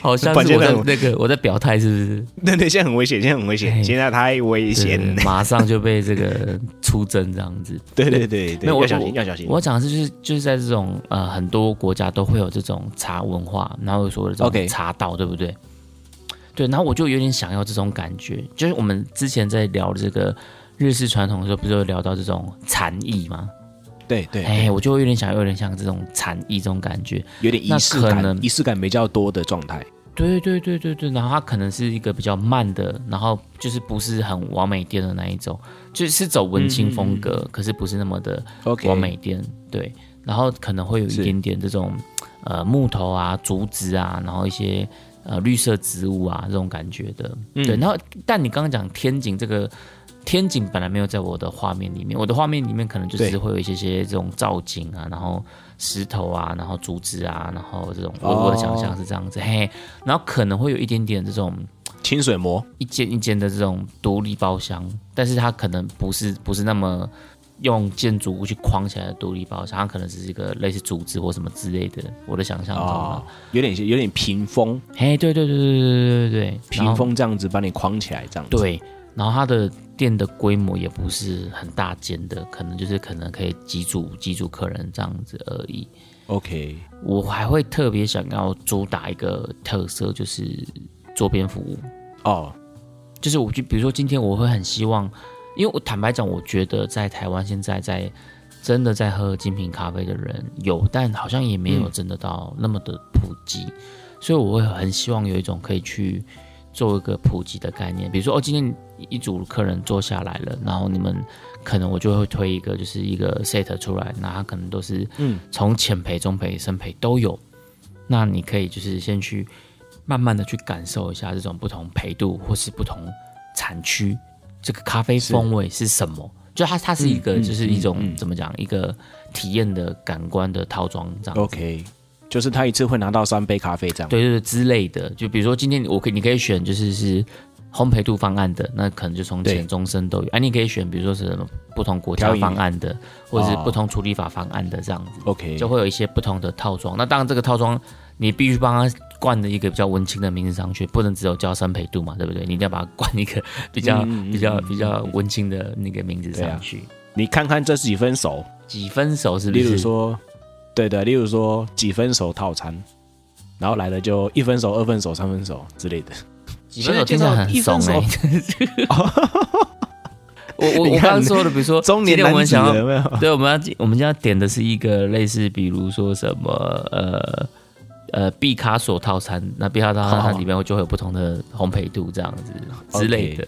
好好哦像反是正我在我那个我在表态，是不是？ [LAUGHS] 对对，现在很危险，现在很危哎险，现在太危险对 [LAUGHS] 了。马上就被这个出征这样子。对 [LAUGHS] 对对对，没有我要小我心，要小心。我要讲的是，就是就是在这种呃很多国家都会有这种茶文化，然后有所谓的这 OK 种茶道对不对？对，然后我就有点想要这种感觉，就是我们之前在聊这个日式传统的时候，不是有聊到这种禅意吗？对对，哎、对我就有点想，有点像这种禅意这种感觉。有点仪那式可感，能仪式感比较多的状态。对对对对对，然后它可能是一个比较慢的，然后就是不是很完美店的那一种，就是走文青风格，可是不是那么的 OK，完美店。对，然后可能会有一是点点这种呃木头啊、竹子啊，然后一些呃绿色植物啊这种感觉的。嗯对，然后但你刚刚讲天井这个。天井本来没有在我的画面里面，我的画面里面可能就对是会有一些些这种造景啊，然后石头啊，然后竹子啊，然后这种我我的哦想象是这样子，嘿，然后可能会有一点点这种清水模一间一间的这种独立包厢，但是它可能不是不是那么用建筑物去框起来的独立包厢，它可能只是一个类似竹子或什么之类的，我的想象中啊哦，，有点有点屏风，嘿，对对对对对对对对，屏然后风这样子把你框起来，这样子。对，然后它的店的规模也不是很大间的，可能就是可能可以几组几组客人这样子而已。 ，OK，我还会特别想要主打一个特色，就是桌边服务。哦，就是我就比如说今天我会很希望，因为我坦白讲，我觉得在台湾现在在真的在喝精品咖啡的人有，但好像也没有真的到那么的普及，所以我会很希望有一种可以去做一个普及的概念，比如说哦，今天一组客人坐下来了，然后你们可能我就会推一个就是一个 set 出来，那它可能都是嗯从浅培、中培、深培都有，那你可以就是先去慢慢的去感受一下这种不同培度或是不同产区这个咖啡风味是什么。就它，它是一个，嗯嗯就是一种、嗯嗯怎么讲，一个体验的感官的套装这样子。 ，OK，就是他一次会拿到三杯咖啡这样。对对对之类的。就比如说今天我可以你可以选就是是烘焙度方案的，那可能就从对浅中深都有。哎、你可以选比如说是什么不同国家调饮方案的，或者是哦不同处理法方案的这样子， ，OK，就会有一些不同的套装。那当然这个套装你必须帮它。冠的一个比较文青的名字上去，不能只有叫三培度嘛，对不对？你一定要把它冠一个比较、嗯嗯嗯比较嗯比较文青的那个名字对啊上去。你看看这几分熟，几分熟是不例是？如说，对的，例如说几分熟套餐，然后来了就一分熟、二分熟、三分熟之类的。几分熟听起来很一怂分熟哎、 [LAUGHS] [LAUGHS] 我我欸你我刚看刚说的，比如说中今年天我男们子想要了有没有？对，我们要我们今天要点的是一个类似，比如说什么呃呃毕卡索套餐，那毕卡索套好餐里面就会有不同的烘焙度这样子之类的。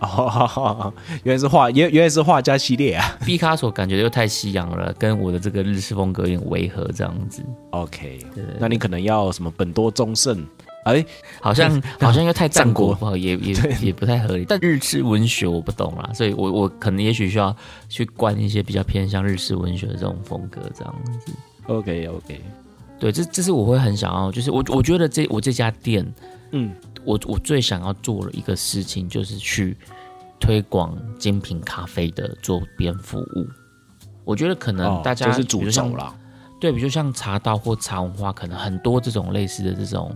哦，原来是画，原原来是画家系列啊。毕卡索感觉又太西洋了，跟我的这个日式风格有点违和，这样子 OK，对那你可能要什么本多忠胜？哎，好像好像又太战战国国不好，也也也不太合理。但日式文学我不懂啦，所以我我可能也许需要去灌一些比较偏向日式文学的这种风格这样子。 OK OK，对，这这是我会很想要，就是我我觉得这我这家店嗯，我我最想要做的一个事情，就是去推广精品咖啡的周边服务。我觉得可能哦大家、这是比主如轴像，啦。对，比如像茶道或茶文化，可能很多这种类似的这种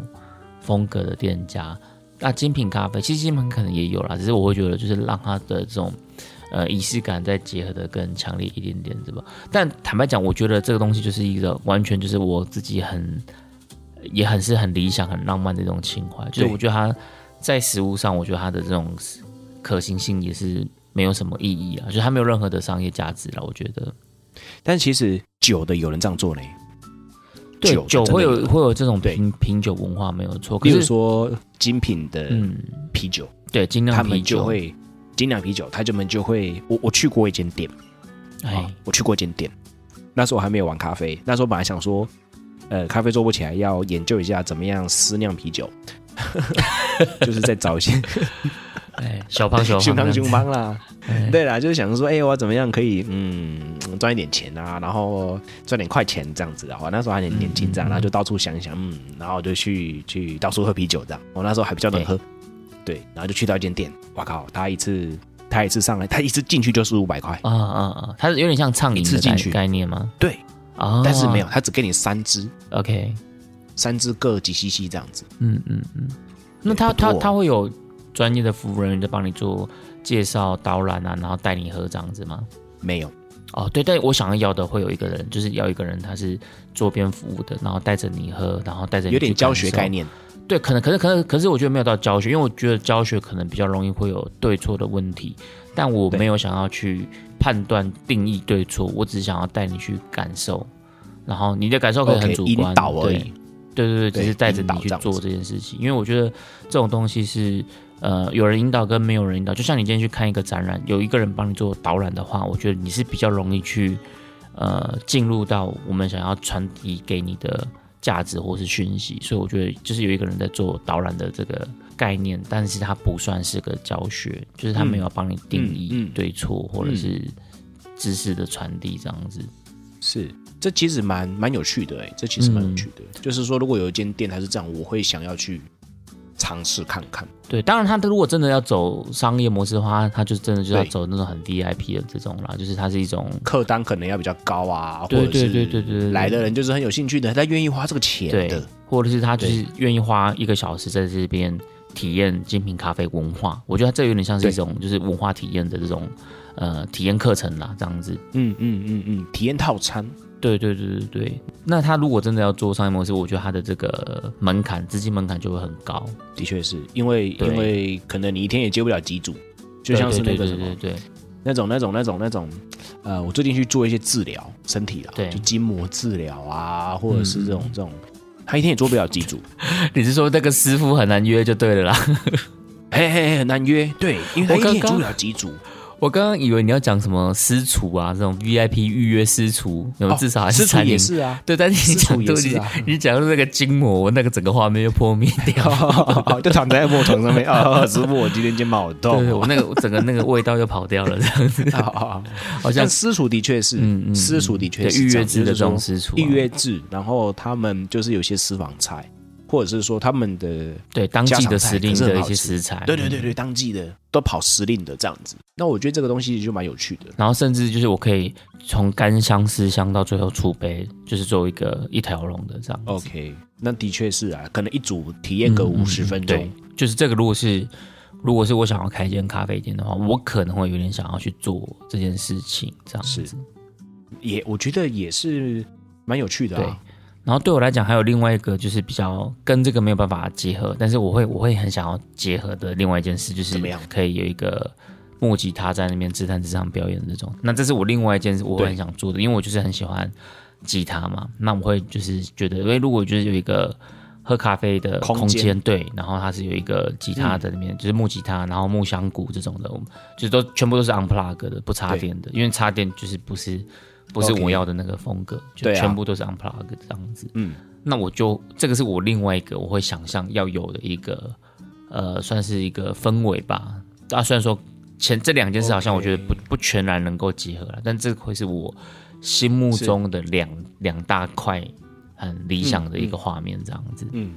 风格的店家。那精品咖啡其实精品可能也有啦，只是我会觉得就是让它的这种呃仪式感再结合的更强烈一点点，对吧？但坦白讲，我觉得这个东西就是一个完全就是我自己很也很是很理想、很浪漫的一种情怀。就是对我觉得它在食物上，我觉得它的这种可行性也是没有什么意义啊，就是它没有任何的商业价值了。我觉得但其实酒的有人这样做呢，对酒酒真的会有会有这种对品品酒文化没有错，可例如是说精品的嗯，啤酒，对，精酿他啤们就酒，会精酿啤酒，他们就会，我我去过一间店，啊哎，，我去过一间店，那时候我还没有玩咖啡，那时候本来想说，呃，咖啡做不起来，要研究一下怎么样私酿啤酒， [LAUGHS] 就是在找一些哎， [LAUGHS] 小胖小熊胖这样汤熊子忙啦，哎对啦，就是想说，哎、我要怎么样可以，嗯，赚一点钱啊，然后赚点快钱这样子啊。我那时候还很年轻，嗯这样，然后就到处想一想，嗯，然后我就去去到处喝啤酒这样。我那时候还比较能喝，对，然后就去到一间店，哇靠，他一次他一次上来，他一次进去就是五百块，啊啊啊！它是有点像畅饮一次的进概去概念吗？对，啊，但是没有，他只给你三支， OK，三支各几 CC 这样子。嗯嗯嗯。那他不多他哦他会有专业的服务人员在帮你做介绍、导览啊，然后带你喝这样子吗？没有，哦，对，但我想要要的会有一个人，就是要一个人，他是桌边服务的，然后带着你喝，然后带着你有点去教感学受概。念。对，可能，可是，可是，可是，我觉得没有到教学，因为我觉得教学可能比较容易会有对错的问题，但我对没有想要去判断定义对错，我只是想要带你去感受，然后你的感受可能 OK，很主引观，导而对已。对对对，对只是带着引你导去这样做子这件事情，因为我觉得这种东西是呃有人引导跟没有人引导，就像你今天去看一个展览，有一个人帮你做导览的话，我觉得你是比较容易去呃进入到我们想要传递给你的价值或是讯息，所以我觉得就是有一个人在做导览的这个概念，但是它不算是个教学，就是他没有帮你定嗯义嗯对错、或者是知识的传递这样子。是，这其实蛮蛮有趣的哎，这其实蛮有趣的。嗯就是说，如果有一间店它是这样，我会想要去尝试看看。对，当然他如果真的要走商业模式的话，他就真的就要对走那种很 VIP 的这种啦，就是它是一种客单可能要比较高啊，对或者对对对对对是来的人就是很有兴趣的，他愿意花这个钱对的。，或者是他就是愿意花一个小时在这边体验精品咖啡文化。我觉得这有点像是一对种就是文化体验的这种呃体验课程啦，这样子。嗯嗯嗯嗯，体验套餐。对对对对对。那他如果真的要做商业模式，我觉得他的这个门槛资金门槛就会很高，的确是因为对因为可能你一天也接不了几组，就像是那对个对什对对么对对那种那种那种那种，呃，我最近去做一些治疗，身体啦，对嗯就筋膜治疗啊，或者是这种、这种，他一天也做不了几组，你是说那个师傅很难约就对了啦？嘿嘿嘿，很难约，对，因为他我一天也刚刚做不了几组，我刚刚以为你要讲什么私厨啊，这种 VIP 预约私厨，你们至少还师徒餐饮、哦也是 [LAUGHS] 啊。对，但是你私厨讲也到是你、啊你讲到那个筋膜，我那个整个画面就破灭掉。 [LAUGHS] 哦哦就躺在我床上 [LAUGHS] 面啊，师傅，我今天肩膀好对对， [LAUGHS] 痛我哦。那个我整个那个味道又跑掉了，这样 [LAUGHS] 子好好好好像但私厨的确是嗯嗯，嗯私厨的确对是预这约样制的就是这种说私厨啊、预约制，然后他们就是有些私房菜，或者是说他们的对当季家的常菜时令可是很的一好些吃食材，对对嗯对对，当季的都跑时令的这样子。那我觉得这个东西就蛮有趣的。然后甚至就是我可以从干香、湿香到最后出杯，就是做一个一条龙的这样子。 OK，那的确是啊，可能一组体验个嗯嗯五十分钟。对，就是这个，如果是如果是我想要开一间咖啡店的话，我可能会有点想要去做这件事情，这样子是。也我觉得也是蛮有趣的对啊。，然后对我来讲，还有另外一个就是比较跟这个没有办法结合，但是我会我会很想要结合的另外一件事，就是怎么样可以有一个木吉他在那边自弹自唱表演的这种。那这是我另外一件事我会对很想做的，因为我就是很喜欢吉他嘛。那我会就是觉得，因为如果就是有一个喝咖啡的空空间间，对，然后它是有一个吉他在那边，嗯就是木吉他，然后木香鼓这种的，我们就是都全部都是 unplug 的，不插对电的，因为插电就是不是不是 OK 我要的那个风格，就对啊全部都是 unplug 这样子。嗯，那我就这个是我另外一个我会想象要有的一个呃，算是一个氛围吧。啊，虽然说前这两件事好像 OK 我觉得不不全然能够结合了，但这会是我心目中的两两大块很理想的一个画面，这样子。嗯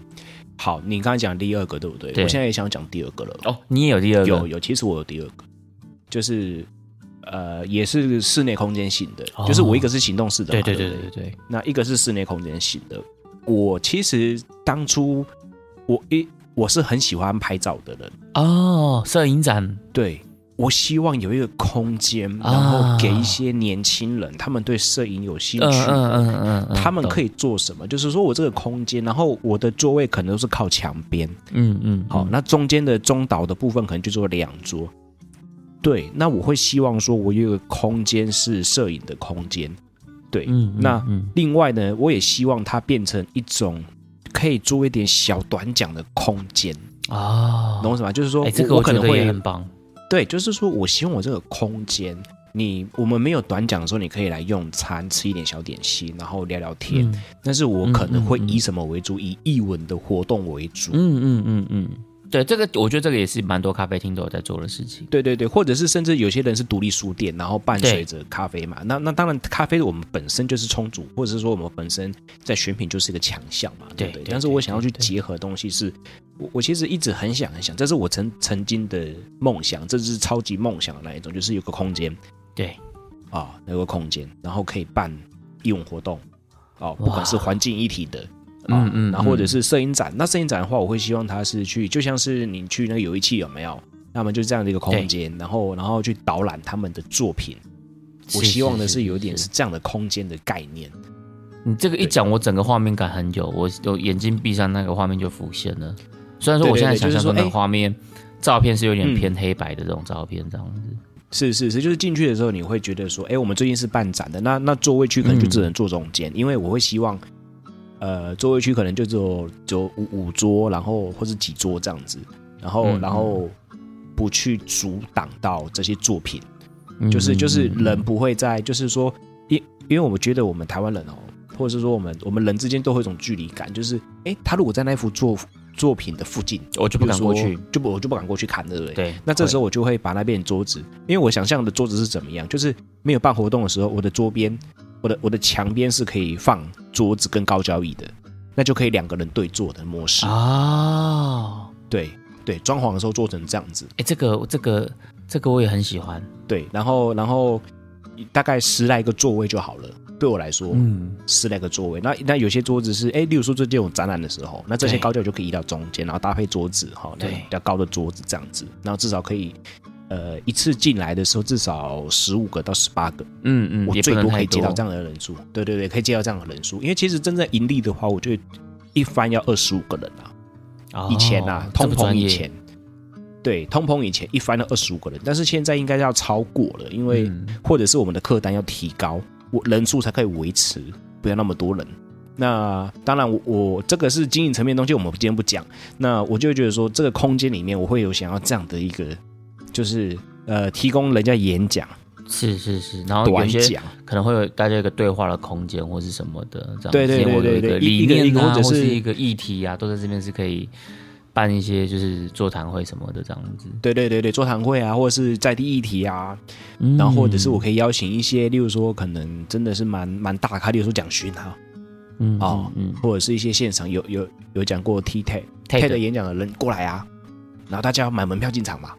好，你刚才讲第二个对不对？对我现在也想讲第二个了。哦，你也有第二个，有有，其实我有第二个，就是呃，也是室内空间型的，哦就是我一个是行动式的对嘛，对对对不对对对，那一个是室内空间型的。我其实当初我一我是很喜欢拍照的人，哦，摄影展，对我希望有一个空间，啊然后给一些年轻人，他们对摄影有兴嗯趣，嗯嗯嗯嗯，他们懂可以做什么？就是说我这个空间，然后我的座位可能都是靠墙边，嗯嗯，好，嗯，那中间的中岛的部分可能就做两桌。对，那我会希望说，我有一个空间是摄影的空间。对，嗯，嗯那嗯另外呢，我也希望它变成一种可以做一点小短讲的空间，哦，懂我什么？就是说我，哎，这个我可觉能得也会很棒，对，就是说我希望我这个空间，你我们没有短讲的时候，你可以来用餐，吃一点小点心，然后聊聊天。嗯但是我可能会嗯嗯嗯以什么为主？以艺文的活动为主。嗯嗯嗯嗯，对，这个我觉得这个也是蛮多咖啡厅都有在做的事情。对对对，或者是甚至有些人是独立书店，然后伴对随着咖啡嘛。那那当然，咖啡我们本身就是充足，或者是说我们本身在选品就是一个强项嘛，对不对对？对但是我想要去对对结合的东西是，我我其实一直很想很想，这是我曾曾经的梦想，这是超级梦想的那一种，就是有个空间，对，啊、有个空间，然后可以办义文活动哦，哇不管是环境一体的，啊嗯嗯然后或者是摄影展。那摄影展的话，我会希望它是去，就像是你去那个有一期有没有？那么就是这样的一个空间，然后然后去导览他们的作品。我是希望的是是是有一点是这样的空间的概念。你这个一对讲，我整个画面感很有，我我眼睛闭上，那个画面就浮现了。虽然说我对对现在对想象就是说中的哎画面，照片是有点嗯偏黑白的这种照片，这样子。是是是，就是进去的时候你会觉得说，哎，我们最近是办展的，那那座位区可嗯能就只能坐中间，因为我会希望，呃，座位区可能就只有只有五五桌，然后或是几桌这样子，然后、嗯嗯然后不去阻挡到这些作品，嗯就是就是嗯嗯人不会在，就是说，因因为我们觉得我们台湾人哦，或者是说我们我们人之间都会有一种距离感，就是，哎，他如果在那幅作作品的附近，我就不敢过去，，就不我就不敢过去看，对不对？对，那这时候候我就会把那边桌子，因为我想象的桌子是怎么样，就是没有办活动的时候，我的桌边、我的我的墙边是可以放桌子跟高脚椅的，那就可以两个人对坐的模式。啊，对对，装潢的时候做成这样子。哎，这个这个这个我也很喜欢，对，然后然后大概十来个座位就好了，对我来说。嗯，十来个座位，那那有些桌子是，哎，例如说最近有展览的时候，那这些对高脚椅就可以移到中间，然后搭配桌子，哈，那对比较高的桌子这样子，然后至少可以，呃，一次进来的时候至少十五个到十八个，嗯嗯，我也最不能多太可以接到这样的人数。对对对，可以接到这样的人数，因为其实真正盈利的话，我觉得一翻要二十五个人啊，哦以前啊，这通么膨专以业前，对，通膨以前一翻要二十五个人，但是现在应该要超过了，因为、嗯或者是我们的客单要提高，我人数才可以维持，不要那么多人。那当然我，我这个是经营层面的东西，我们今天不讲。那我就会觉得说，这个空间里面，我会有想要这样的一个，就是呃，提供人家演讲、是是是，然后有短些讲，可能会有大家有一个对话的空间或是什么的，这样对对今天我对有一对个对一理一个一念个啊，或者或是是一个议题啊，都在这边是可以办一些就是座谈会什么的这样子，对对对对，座谈会啊，或者是在地议题啊，嗯然后或者是我可以邀请一些，例如说可能真的是蛮蛮大咖，例如说蒋勋啊，嗯哦嗯或者是一些现场有有有讲过 T TED ，TED TED 演讲的人过来啊，然后大家要买门票进场嘛，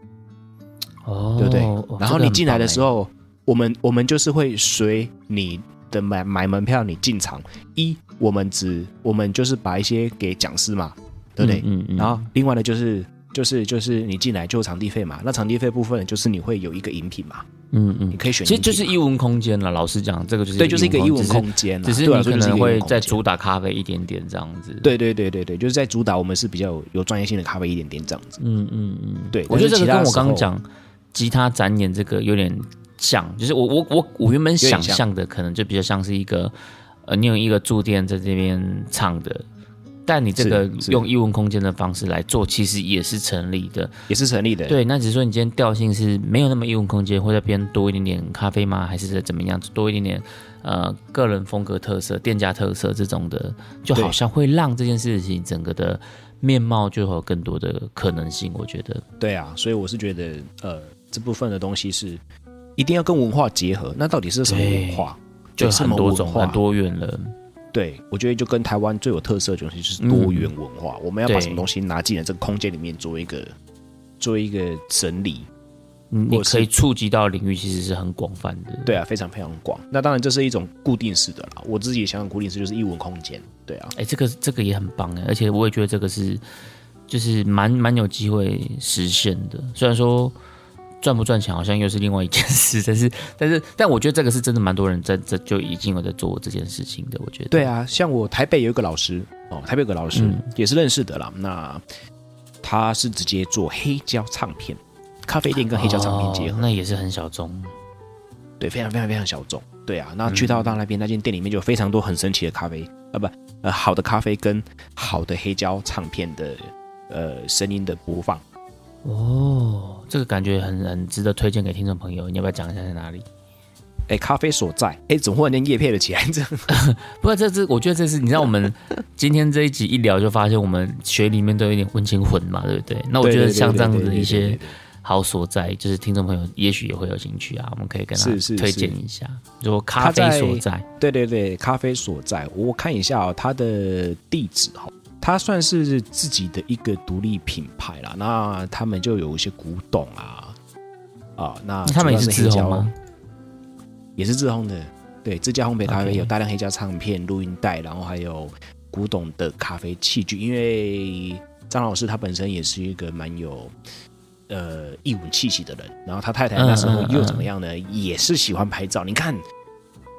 哦，对不对？哦然后你进来的时，候，我们我们就是会随你的买买门票你进场，一我们只我们就是把一些给讲师嘛，对这不个对很？棒欸嗯嗯，然后另外呢就是。就是就是你进来就有场地费嘛，那场地费部分就是你会有一个饮品嘛，嗯你嗯，可以选其饮品实嘛。就是艺文空间了。老实讲，这个就是对，就是一个艺义文间空间哦啦，啊只是，只是对我来你说可就是一能个义会文空再间主打咖啡一点点这样子。，对对对对对，就是在主打我们是比较有有专业性的咖啡一点点这样子。嗯嗯嗯，对我觉得这个跟我但是其他刚时候刚讲吉他展演这个有点像，就是我我我我原本点想像象的可能就比较像是一个呃，你有一个驻店在这边唱的。但你这个是是用艺文空间的方式来做，其实也是成立的。也是成立的。对，那只是说你今天调性是没有那么义文空间，会在边多一点点咖啡吗？还是怎么样多一点点呃个人风格特色、店家特色这种的，就好对像会让这件事情整个的面貌就会有更多的可能性。我觉得，对啊，所以我是觉得，呃，这部分的东西是一定要跟文化结合。那到底是什么文化？就对很什么多文种、化很多元了。对，我觉得就跟台湾最有特色的东西就是多元文化。我们要把对什么东西拿进来这个空间里面做一个做一个整理。你你我嗯是可以触及到的领域其实是很广泛的。对啊，非常非常广。那当然这是一种固定式的啦。我自己也想想，固定式就是一文空间。对啊，哎、这个这个也很棒哎，而且我也觉得这个是就是蛮蛮有机会实现的。虽然说赚不赚钱好像又是另外一件 [LAUGHS] 事，但是但是但我觉得这个是真的蛮多人在这就已经有在做这件事情的。我觉得对，啊，像我台北有一个老师哦，台北有个老师、嗯也是认识的啦。那他是直接做黑胶唱片，咖啡店跟黑胶唱片结合，哦那也是很小众。对，非常非常非常小众。对啊，嗯那去到到那边、那间店里面就有非常多很神奇的咖啡啊，不呃好的咖啡跟好的黑胶唱片的呃声音的播放。哦，这个感觉很很值得推荐给听众朋友。你要不要讲一下在哪里？哎，咖啡所在，哎，怎么忽然间夜配了起来？这 [LAUGHS] 样不过这这，我觉得这是你知道我 [LAUGHS] 们今天这一集一聊就发现我们学里面都有点温情混嘛，对不对？那我觉得像这样子的一些好所在，就是听众朋友也许也会有兴趣啊，我们可以跟他是是推荐一下，如果咖啡所在，对对对，咖啡所在，我看一下哦，它的地址哈、哦，它算是自己的一个独立品牌啦。那他们就有一些古董啊，啊，那他们也主是要是自黑烘胶吗？？也是自烘的，对，自家烘焙咖啡 OK 有大量黑胶唱片、录音带，然后还有古董的咖啡器具，因为张老师他本身也是一个蛮有。呃，艺文气息的人，然后他太太那嗯时候又怎么样呢？也是喜欢拍照。你看，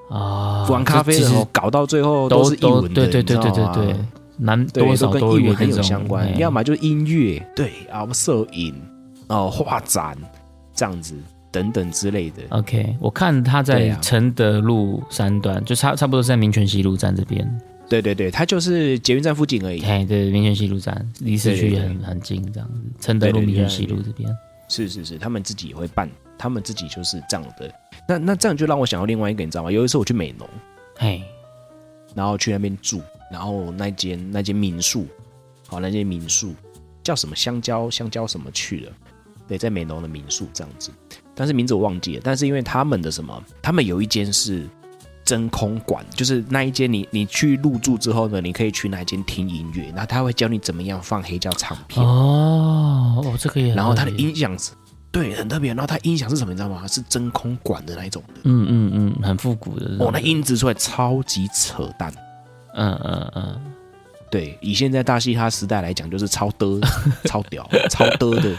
啊，玩咖啡这的其时实候搞到最后都是艺文的，对对对你知对道对吗对，难对，多都少跟都艺文有很有这种相关哎，要么就是音乐，对，啊，摄影，哦，画展这样子等等之类的。 OK，我看他对在啊承德路三段，就差差不多是在民权西路站这边。对对对，他就是捷运站附近而已。哎，对，民权西路站离市对区对也对很很近，这样子。承德对路对民对权西路这边，是是是，他们自己也会办，他们自己就是这样的。那那这样就让我想到另外一个，你知道吗？有一次我去美浓，哎，然后去那边住，然后那间那间民宿，好，那间民宿叫什么香蕉香蕉什么去了，对，在美浓的民宿这样子，但是名字我忘记了。但是因为他们的什么，他们有一间是真空管，就是那一间你你去入住之后呢，你可以去那一间听音乐，然后他会教你怎么样放黑胶唱片，哦，哦，这个也很特别，然后它的音响是。对，很特别。然后它音响是什么，你知道吗？是真空管的那一种的。嗯，嗯嗯很复古的这种。哦，那音质出来超级扯淡。嗯嗯嗯，对，以现在大嘻哈时代来讲，就是超 [LAUGHS] 的、超屌、超的的，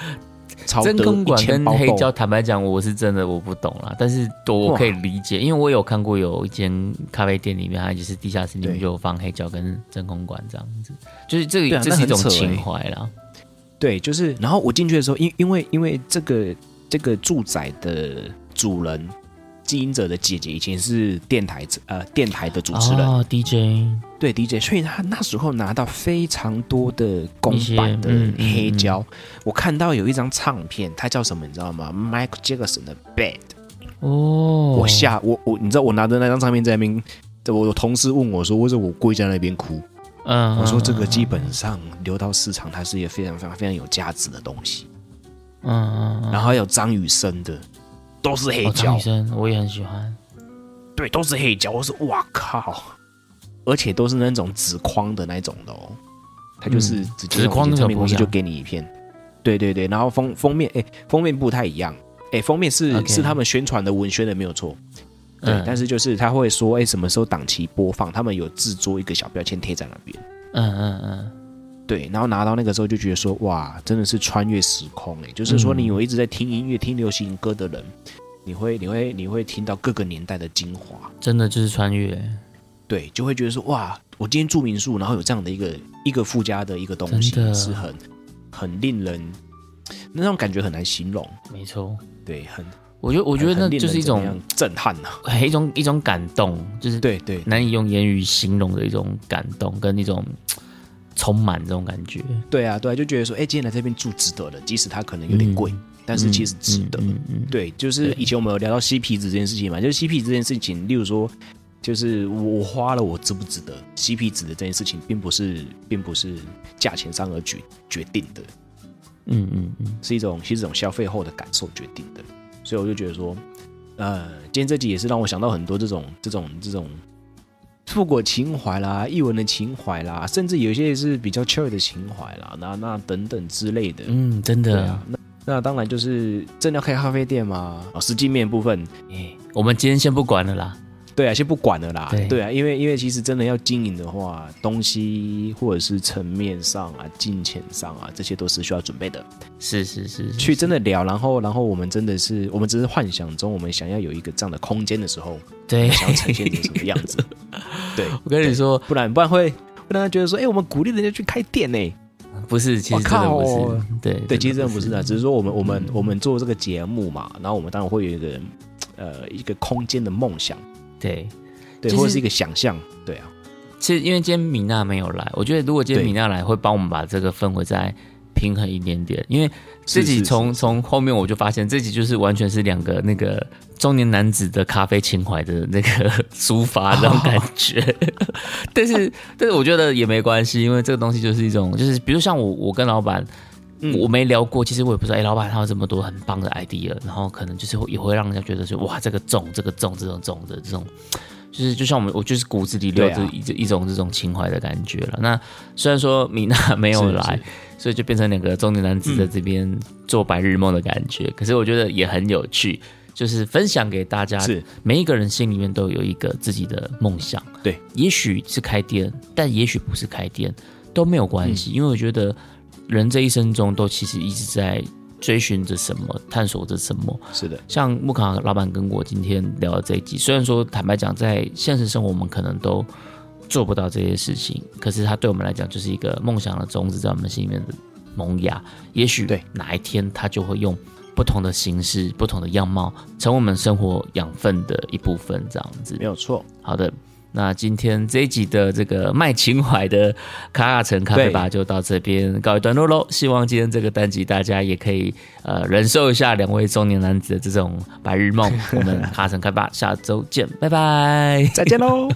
超的真空管一千跟包黑豆胶，坦白讲，我是真的我不懂啦，但是我我哇可以理解，因为我有看过有一间咖啡店里面，它就是地下室里面对就有放黑胶跟真空管这样子，就是这对个、啊这那是一很种扯欸情怀啦。对，就是。然后我进去的时候，因因为因为这个这个住宅的主人，经营者的姐姐以前是电台呃电台的主持人，哦、DJ，对 DJ，所以他那时候拿到非常多的公版的一些嗯嗯黑胶。我看到有一张唱片，它叫什么，你知道吗？Michael Jackson 的 Bad。哦，我吓我我，你知道我拿着那张唱片在那边，我同事问我说，为什么我跪在那边哭？嗯，嗯，我说这个基本上流到市场，它是一个非常非常非常有价值的东西。嗯，嗯嗯，然后还有张雨生的，都是黑哦张胶雨，生我也很喜欢，对，都是黑胶。我说哇靠，而且都是那种纸框的那种的哦，它就是嗯直接纸框那上个面不公一司样就给你一片，对对对。然后封封面，哎，封面不太一样，哎，封面是 OK 是他们宣传的文宣的没有错，对，嗯，但是就是他会说，哎、什么时候档期播放，他们有制作一个小标签贴在那边。嗯嗯嗯，对，然后拿到那个时候就觉得说，哇，真的是穿越时空哎、就是说嗯你有一直在听音乐、听流行歌的人，你会、你会、你会听到各个年代的精华，真的就是穿越，对，就会觉得说，哇，我今天住民宿，然后有这样的一个一个附加的一个东西真，的是很很令人那种感觉很难形容，没错。对，很我觉得，我我觉得那就是一种，嗯震撼呐、一种一种感动，就是对对难以用言语形容的一种感动，跟一种嘖充满这种感觉，对啊，对啊，就觉得说，哎、今天来这边住值得的，即使它可能有点贵，但是其实值得。嗯嗯，对，就是以前我们有聊到吸皮子这件事情嘛，就是吸皮子这件事情，例如说，就是我花了我值不值得，吸皮子的这件事情，并不是并不是价钱上而决决定的，嗯嗯嗯，是一种是一种消费后的感受决定的。所以我就觉得说，呃，今天这集也是让我想到很多这种这种这种富国情怀啦、艺文的情怀啦，甚至有一些是比较 chill 的情怀啦，那那等等之类的。嗯，真对的啊，，那那当然就是真的要开咖啡店嘛，哦，实际面部分，哎我们今天先不管了啦，对啊，先不管了啦，对啊，因为因为其实真的要经营的话，东西或者是层面上啊、金钱上啊，这些都是需要准备的。是是是，嗯是去真的聊，然后然后我们真的是，我们只是幻想中，我们想要有一个这样的空间的时候，对，想要呈现成什么样子？对， [LAUGHS] 我跟你说，不然不然会不然觉得说，哎、我们鼓励人家去开店呢、不是，其我实真的靠哦不是，对对，其实真的不是啊，只是说我们我嗯们我们做这个节目嘛，然后我们当然会有一个呃一个空间的梦想，对。对，就是或者是一个想象，对啊，其实因为今天米娜没有来，我觉得如果今天对米娜来，会帮我们把这个氛围再平衡一点点。因为这是集是从从后面我就发现，这集就是完全是两个那个中年男子的咖啡情怀的那个 [LAUGHS] 抒发那种感觉。 [LAUGHS] 但是但是我觉得也没关系，因为这个东西就是一种，就是比如像我我跟老板。嗯我没聊过，其实我也不知道。哎、老板他有这么多很棒的 idea，然后可能就是会也会让人家觉得说，哇，这个重，这个重，这种重的这种，就是就像我们，我就是骨子里留着对啊一、一种这种情怀的感觉了。那虽然说米娜没有是来，所嗯以就变成两个中年男子在这边做白日梦的感觉。可是我觉得也很有趣，就是分享给大家，是每一个人心里面都有一个自己的梦想，对，也许是开店，但也许不是开店都没有关系，因为我觉得人这一生中都其实一直在追寻着什么，探索着什么。是的，像木卡老板跟我今天聊的这一集，虽然说坦白讲，在现实生活我们可能都做不到这些事情，可是它对我们来讲就是一个梦想的种子，在我们心里面的萌芽。也许对哪一天它就会用不同的形式、不同的样貌，成为我们生活养分的一部分，这样子没。有错。好的，那今天这一集的这个卖情怀的卡卡城咖啡吧就到这边告一段落喽。希望今天这个单集大家也可以呃忍受一下两位中年男子的这种白日梦。我们卡卡城咖啡吧下周见，拜拜。再见喽。